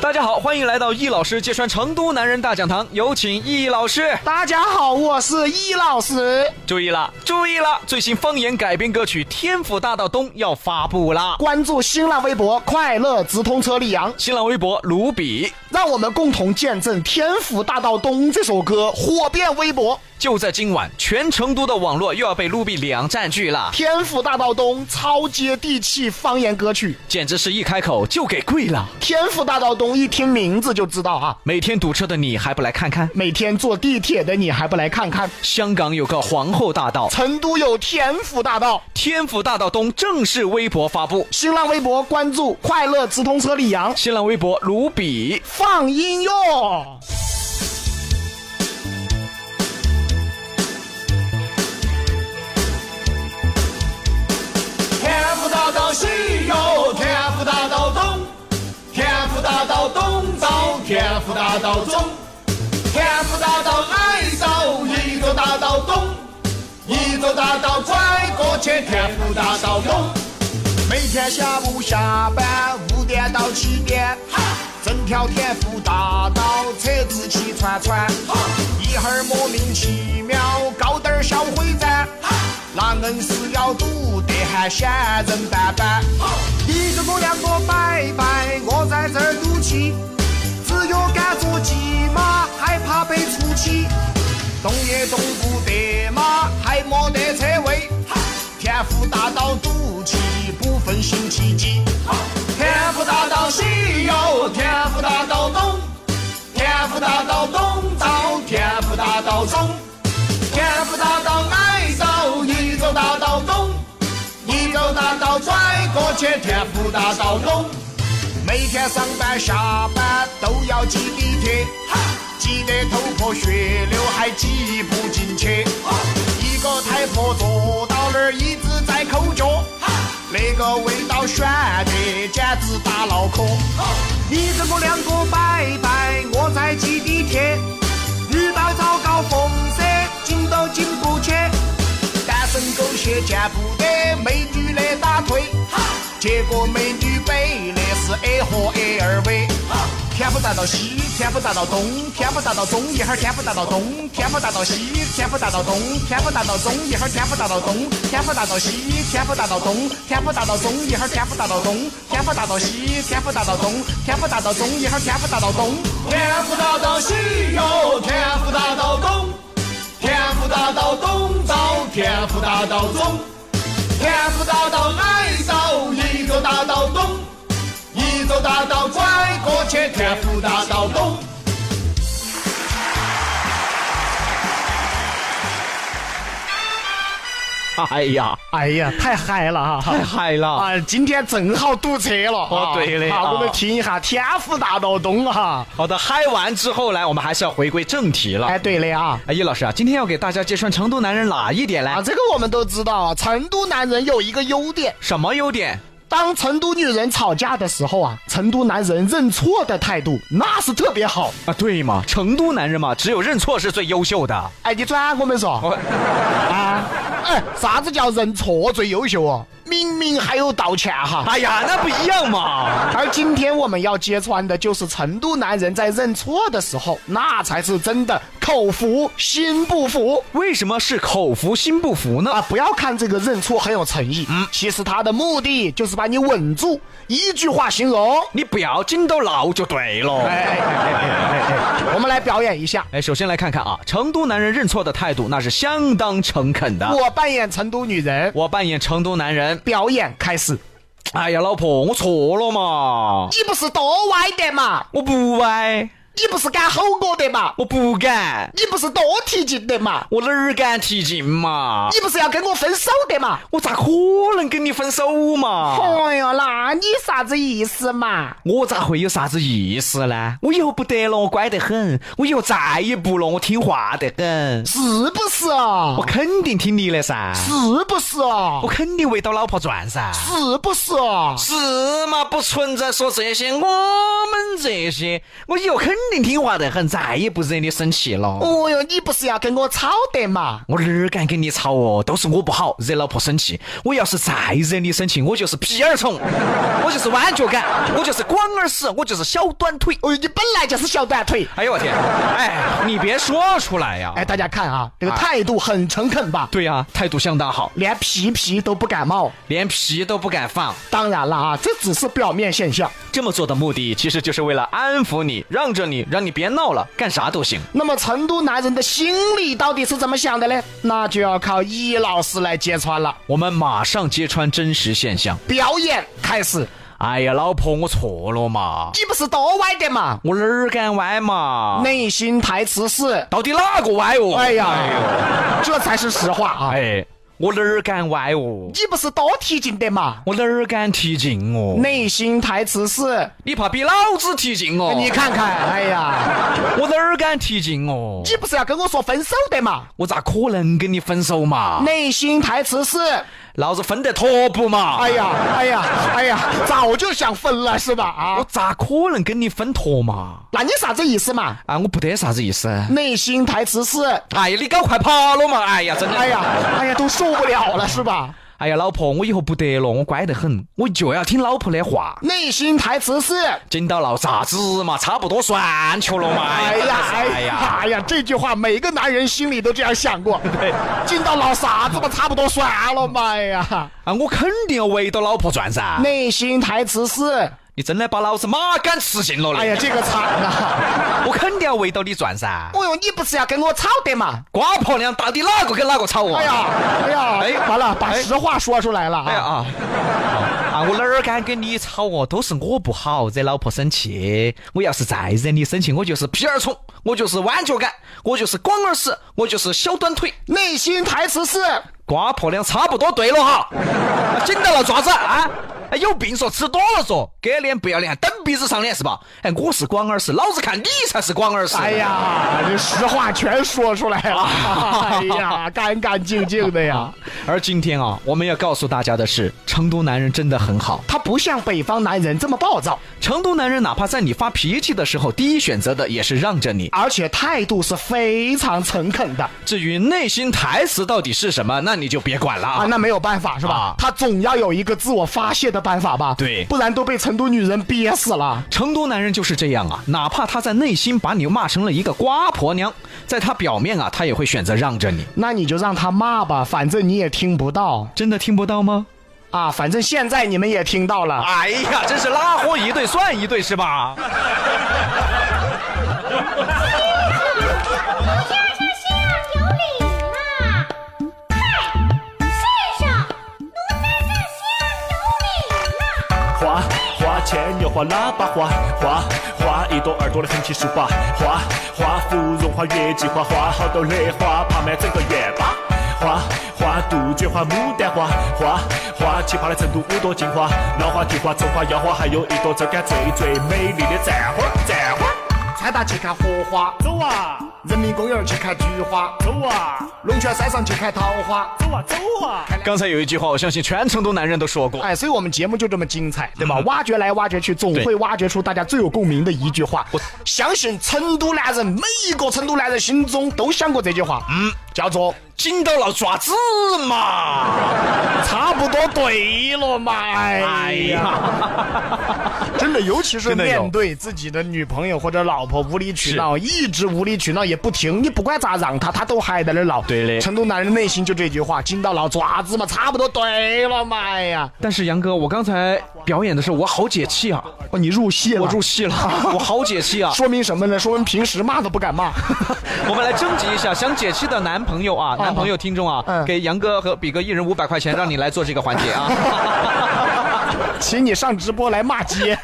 大家好，欢迎来到易老师揭穿成都男人大讲堂，有请易老师。大家好，我是易老师。注意啦，注意啦！最新方言改编歌曲《天府大道东》要发布啦！关注新浪微博“快乐直通车”李阳，新浪微博卢比让我们共同见证《天府大道东》这首歌火遍微博。就在今晚，全成都的网络又要被卢比里昂占据了，《天府大道东》超接地气方言歌曲，简直是一开口就给跪了。 《天府大道东》一听名字就知道啊。每天堵车的你还不来看看？每天坐地铁的你还不来看看？香港有个皇后大道，成都有天府大道，天府大道东正式微博发布，新浪微博关注“快乐直通车”李阳，新浪微博卢比。放音乐。天府大道西哟，天府大道东，天府大道东走，天府大道中，天府大道南走，一座大道东，一座大道转过去，天府大道东。每天下午下班五点到七点，整条天府大道车子齐串串，一会儿莫名其妙搞点儿小会战，那硬是要堵得还闲人板板。一个姑娘说拜拜，我在这儿赌气，只有敢做鸡嘛，害怕被出气。动也动不得嘛，还没得车位。天府大道堵起，不分星期几。天府大道西哟，天府大道东，天府大道东走，天府大道中，天府大道南走，一走大道东，一走大道转过去，天府大道东。每天上班下班都要挤地铁，挤得头破血流还挤不进去。一个太婆坐到那儿一直在抠脚，那个味道悬的简直打脑壳。你这个两个拜拜，我在挤地铁，遇到糟糕风色，进都进不去。单身狗血见不得美女的大腿，结果美女背的是 A 和 A 二 V。天府大道西，天府大道东，天府大道中，一会儿天府大道东，天府大道西，天府大道东，天府大道中，一会儿天府大道东，天府大道西，天府大道东，天府大道中，一会儿天府大道东，天府大道西，天府大道东，天府大道中，一会儿天府大道东，天府大道西哟，天府大道东。天府大道东走，天府大道中，天府大道南走，一座大道东，一座大道拐过去，天府大道东。哎呀，哎呀，太嗨了哈！太嗨了！啊，今天正好堵车了啊。哦对嘞啊好，我们听一下天府大道东啊哈。好的，嗨完之后呢，我们还是要回归正题了。哎，对嘞啊。哎，叶老师啊，今天要给大家揭穿成都男人哪一点呢？啊，这个我们都知道啊。成都男人有一个优点，什么优点？当成都女人吵架的时候啊，成都男人认错的态度那是特别好。啊，对嘛，成都男人嘛，只有认错是最优秀的。哎，你转我们说哦，啊，哎，啥子叫认错最优秀哦？明明还有道歉哈。哎呀，那不一样 嘛。而今天我们要揭穿的就是成都男人在认错的时候，那才是真的口服心不服。为什么是口服心不服呢？啊，不要看这个认错很有诚意，嗯，其实他的目的就是把你稳住，一句话形容。哎你不要筋斗老就对了。我们来表演一下，哎，首先来看看啊，成都男人认错的态度那是相当诚恳的。我扮演成都女人，我扮演成都男人，表演开始。哎呀，老婆，我错了嘛，你不是多歪的嘛？我不歪，你不是敢吼我的嘛？我不敢，你不是多提劲的嘛？我哪儿敢提劲嘛？你不是要跟我分手的嘛？我咋可能跟你分手嘛？哎哟，那你啥子意思嘛？我咋会有啥子意思呢？我以后不得了，我乖得很，我以后再也不了，我听话得很，是不是啊我？肯定听你的噻，是不是啊我？肯定围到老婆转噻。是不是啊？是嘛？不存在说这些，我们这些，我以后肯定听话得很，再也不惹你生气了。哦哟，你不是要跟我吵的嘛？我哪儿敢跟你吵哦，都是我不好，惹老婆生气。我要是再惹你生气，我就是屁眼儿虫，我就是弯脚杆，我就是光耳屎，我就是小短腿。哦哟，你本来就是小短腿。哎呦我天！哎，你别说出来呀、哎，大家看啊，这个哎态度很诚恳吧？对呀、态度相当好，连皮皮都不感冒。连皮都不敢放。当然了啊，这只是表面现象。这么做的目的，其实就是为了安抚你，让着你，让你别闹了，干啥都行。那么成都男人的心里到底是怎么想的呢？那就要靠易老师来揭穿了。我们马上揭穿真实现象。表演开始，哎呀，老婆，我错了嘛，你不是多歪的嘛？我哪儿敢歪嘛？内心台词是：到底哪个歪啊哦？哎呀，这才是实话啊！哎，我哪儿敢歪哦？你不是多提劲的嘛？我哪儿敢提劲哦？内心台词是：你怕比老子提劲哦？你，看看，哎呀，我哪儿敢提劲哦？你不是要跟我说分手的嘛？我咋可能跟你分手嘛？内心台词是：老子分得脱不嘛？哎呀，啊哎呀，哎呀，早就想分了是吧？我啊，咋可能跟你分脱嘛？那你啥子意思嘛？啊，我不得啥子意思。内心台词是：哎呀，你赶快跑了嘛！哎呀，真的，哎呀，哎呀，都受不了了是吧？哎呀，老婆，我以后不得了，我乖得很，我就要听老婆的话。内心台词是：紧到闹啥子嘛？差不多算球了嘛！哎呀，哎哎呀，呀，哎呀，这句话每个男人心里都这样想过。进到老傻子嘛，差不多算了嘛哎呀。啊，我肯定要围到老婆转噻！内心台词是：你真的把老子马杆吃尽了嘞！哎呀，这个惨呐！我肯定要围到你转噻！哦哟，你不是要跟我吵的嘛？瓜婆娘到底哪个跟哪个吵哦？哎呀，哎呀，哎完了，把哎实话说出来了哎呀啊！啊！啊，我哪儿敢跟你吵哦？都是我不好，惹老婆生气。我要是再惹你生气，我就是屁眼儿虫，我就是弯脚杆，我就是光耳屎，我就是小短腿。内心台词是：瓜婆娘差不多对了哈，啊紧到了爪子啊！哎有病说吃多了说，给脸不要脸，蹬鼻子上脸是吧？哎，我是光耳屎，老子看你才是光耳屎。哎呀，这实话全说出来了。哎呀，干干净净的呀。而今天啊，我们要告诉大家的是，成都男人真的很好。他不像北方男人这么暴躁，成都男人哪怕在你发脾气的时候，第一选择的也是让着你。而且态度是非常诚恳的至于内心台词到底是什么，那你就别管了啊。啊，那没有办法是吧？啊他总要有一个自我发泄的办法吧？对不然都被成都女人憋死了。成都男人就是这样啊，哪怕他在内心把你骂成了一个瓜婆娘，在他表面啊，他也会选择让着你。那你就让他骂吧，反正你也听不到真的听不到吗？啊，反正现在你们也听到了。哎呀，真是拉货一对算一对是吧？家说相有理啦，嗨，世哎上奴才是相有理啦。花花钱要花喇叭花，花花一朵耳朵的横七竖八，花花芙蓉花月季花，花好多的花爬满整个园吧。花花杜鹃花、牡丹花，花花奇葩的成都五朵金花，老花、菊花、橙花、腰花，还有一朵这杆最最美丽的战花，战花。川大去看荷花，走啊，人民公园去看菊花，走啊，龙泉山上去看桃花。走啊，走啊。刚才有一句话，我相信全成都男人都说过。哎，所以我们节目就这么精彩，对吧？挖掘来挖掘去，总会挖掘出大家最有共鸣的一句话。我相信成都男人，每一个成都男人心中都想过这句话，嗯，叫做紧到了爪子嘛！差不多对了嘛。哎哎呀，呀，真的，尤其是真的有面对自己的女朋友或者老婆无理取闹，一直无理取闹也不停，你不管咋嚷她，她都还在那儿闹。对嘞成都男人内心就这句话：金到老爪子嘛，差不多对了嘛。哎呀，但是杨哥，我刚才表演的时候，我好解气啊！哦，你入戏了，我入戏了，我好解气啊！说明什么呢？说明平时骂都不敢骂。 我们来征集一下想解气的男朋友啊，男朋友听众啊，嗯给杨哥和比哥一人五百块钱，让你来做这个环节啊！请你上直播来骂街。